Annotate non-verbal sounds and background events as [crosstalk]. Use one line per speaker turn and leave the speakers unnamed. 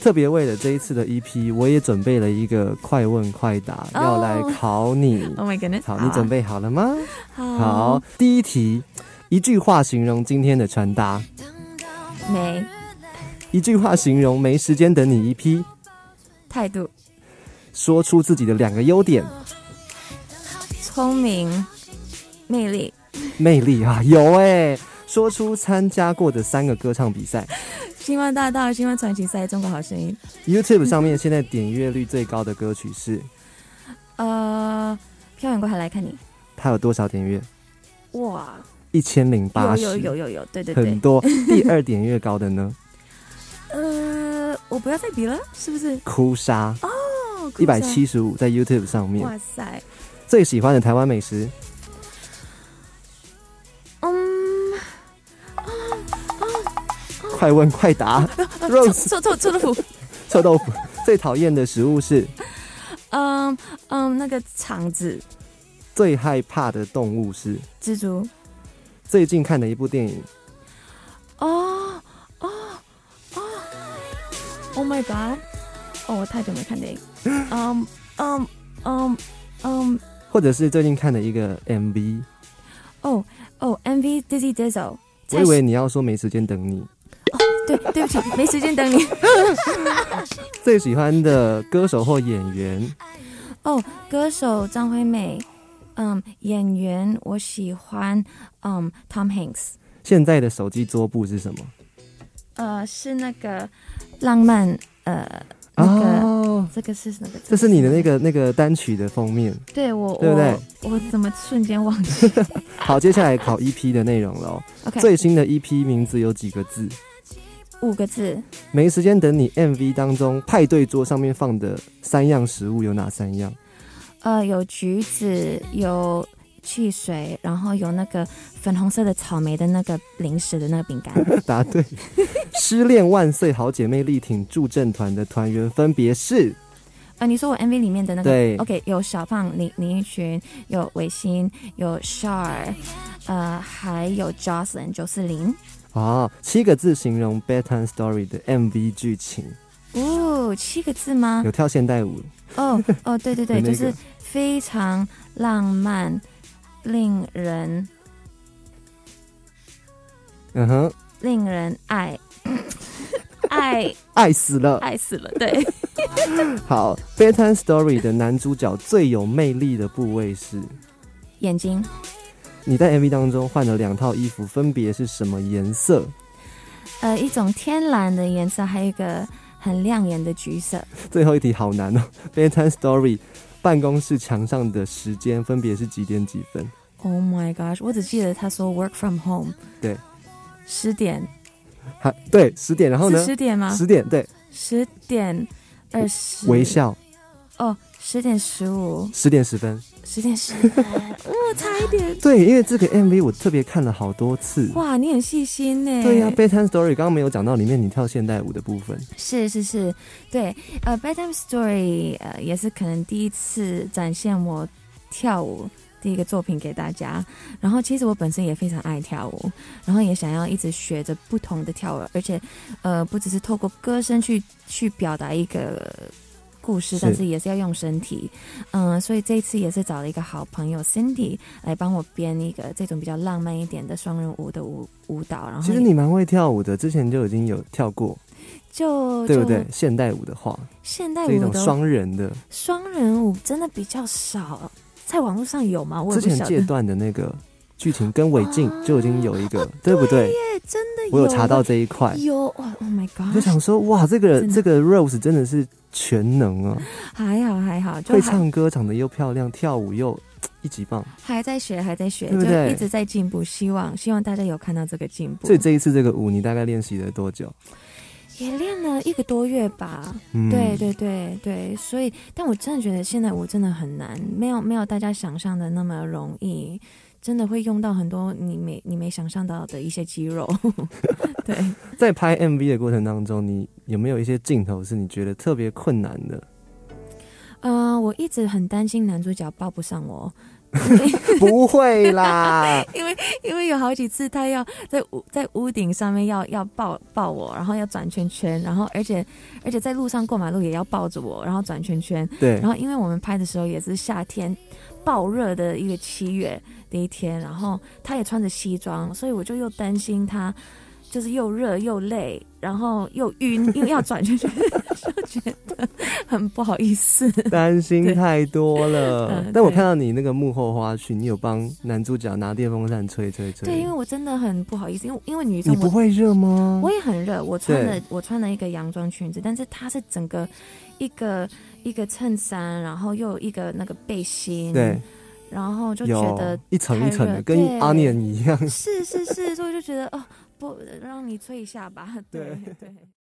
特别为了这一次的 EP，我也准备了一个快问快答，
哦
要来考你。
Oh my goodness！
好，你准备好了吗？
好
好，第一题，一句话形容今天的穿搭，
没
一句话形容没时间等你 EP，
态度，
说出自己的两个优点，
聪明，魅力，
魅力啊，有哎、说出参加过的三个歌唱比赛
星光大道，星光传奇赛，中国好声音。
，YouTube 上面现在点阅率最高的歌曲是，
呃，漂远过海来看你，
它有多少点阅？
哇，
一千零八
有
十，
有有有有，对对
很
对，
多。第二点越高的呢，
呃，我不要再比了，是不是？
哭砂
哦，
一
哭
百
声，
七十五在 YouTube 上面。
哇塞，
最喜欢的台湾美食，
嗯，
快问快
[laughs]
答。Rose
臭臭臭豆腐，
臭豆腐。最讨厌的食物是，
嗯嗯，那个肠子，
最害怕的动物是。
蜘蛛，
最近看的一部电影，
哦哦哦，Oh my god！哦，我太久没
[gasps]
看电影。嗯嗯嗯嗯，
或者是最近看的一个 MV。
哦哦，MV Dizzy Dizzle。
我以为你要说没时间等你。
对，对不
[laughs]
起，没时间等你。
最喜欢的歌手或演员，
哦，歌手张惠妹，嗯，演员我喜欢，嗯，Tom Hanks，
现在的手机桌布是什么？
呃，是那个浪漫，呃，那个、
哦，
这个是那个，
这是你的那个那个单曲的封面。
对我，
对不对
我我怎么瞬间忘
[laughs]
记
好，接下来考 EP 的内容了哦。
？OK，
最新的 EP 名字有几个字？
五个字，
没时间等你 MV 当中派对桌上面放的三样食物有哪三样？ [laughs]
呃，有橘子，有汽水，然后有那个粉红色的草莓的那个零食的那个饼
[laughs]
干。
答对。失恋万岁好姐妹力挺助阵团的团员分别是
呃，你说我 MV 里面的那个
对
o k 有小胖林林依群，有伟星，有 Shar，呃，还有 Jocelyn 九四零。
哦，七个字形容《Bedtime Story》的 MV 剧情，
哦，七个字吗
有？跳现代舞，
哦哦，对对对，
[laughs] 有那
就
个
是非常浪漫，令人
嗯哼，
令人爱 [laughs] 爱
爱死了。
爱死了，对。 [laughs]
好，《Bedtime Story》的男主角最有魅力的部位是？
眼睛
你在 MV 当中换了两套衣服，分别是什么颜色？
呃，一种天蓝的颜色，还有一个很亮眼的橘色。
最后一题好难哦， [laughs] 《Bedtime Story》办公室墙上的时间分别是几点几分？
Oh my gosh！我只记得他说 work from home，
对，
十点
还对，十点，然后呢
是？十点吗？嗯
十点，对，
十点二十，
微笑，
哦，十点十五，
十点十分。
十点十，
[laughs]
哦，差一点，
对，因为这个 MV 我特别看了好多次。
哇，你很细心呢。
对呀、b e d t i m e Story》刚刚没有讲到里面你跳现代舞的部分。
是是是，对，呃，bedtime story，呃，也是可能第一次展现我跳舞第一个作品给大家。然后其实我本身也非常爱跳舞，然后也想要一直学着不同的跳舞，而且，呃，不只是透过歌声去去表达一个。故事，
是
但是也是要用身体，嗯、所以这一次也是找了一个好朋友 Cindy 来帮我编一个这种比较浪漫一点的双人舞的舞舞蹈，然后
其实
也
你蛮会跳舞的，之前就已经有跳过，
就
对不对
就？
现代舞的话，
现代
这
舞
种
的
双人的，
双人舞真的比较少，在网络上有吗？我也
之
不
前
晓得
戒，断的那个剧情跟韦静就已经有一个，对不对？
哎真的
我有查到这一块，
有哇，Oh my
我就
god！
想说，哇，这个
真的
这个 Rose 真的是全能啊，
还好还好，就
会
还
唱歌，长得又漂亮，跳舞又一级棒。
还在学，还在学，
对不对
就一直在进步。希望希望大家有看到这个进步
所以，这一次这个舞，你大概练习了多久？
也练了一个多月吧。
嗯
对对对对，所以，但我真的觉得现在舞真的很难，没有没有大家想象的那么容易，真的会用到很多你没你没想象到的一些肌肉。 [laughs] 对，
在拍 MV 的过程当中，你有没有一些镜头是你觉得特别困难的？ [laughs]
呃，我一直很担心男主角抱不上我，
不会
[laughs]
啦，
因为因为有好几次他要在屋在屋顶上面要要抱抱我，然后要转圈圈，然后而且而且在路上过马路也要抱着我，然后转圈圈。
对
然，后因为我们拍的时候也是夏天爆热的一个七月的一天，然后他也穿着西装，所以我就又担心他就是又热又累，然后又晕，又要转圈圈， [laughs] 就觉得很不好意思。
[laughs] 担心太多了
嗯。
但我
对
看到你那个幕后花絮，你有帮男主角拿电风扇吹吹吹。
对，因为我真的很不好意思，因为因为女生
你
我
不会热吗？
我也很热，我穿
嗯对
了我穿了一个洋装裙子，但是它是整个一个一个衬衫，然后又有一个那个背心，
对，，
然后就觉
有
得
一层一层
太
的，
热
跟
对
阿念一样。
是是是，所以就觉得哦，不让你吹一下吧，对对。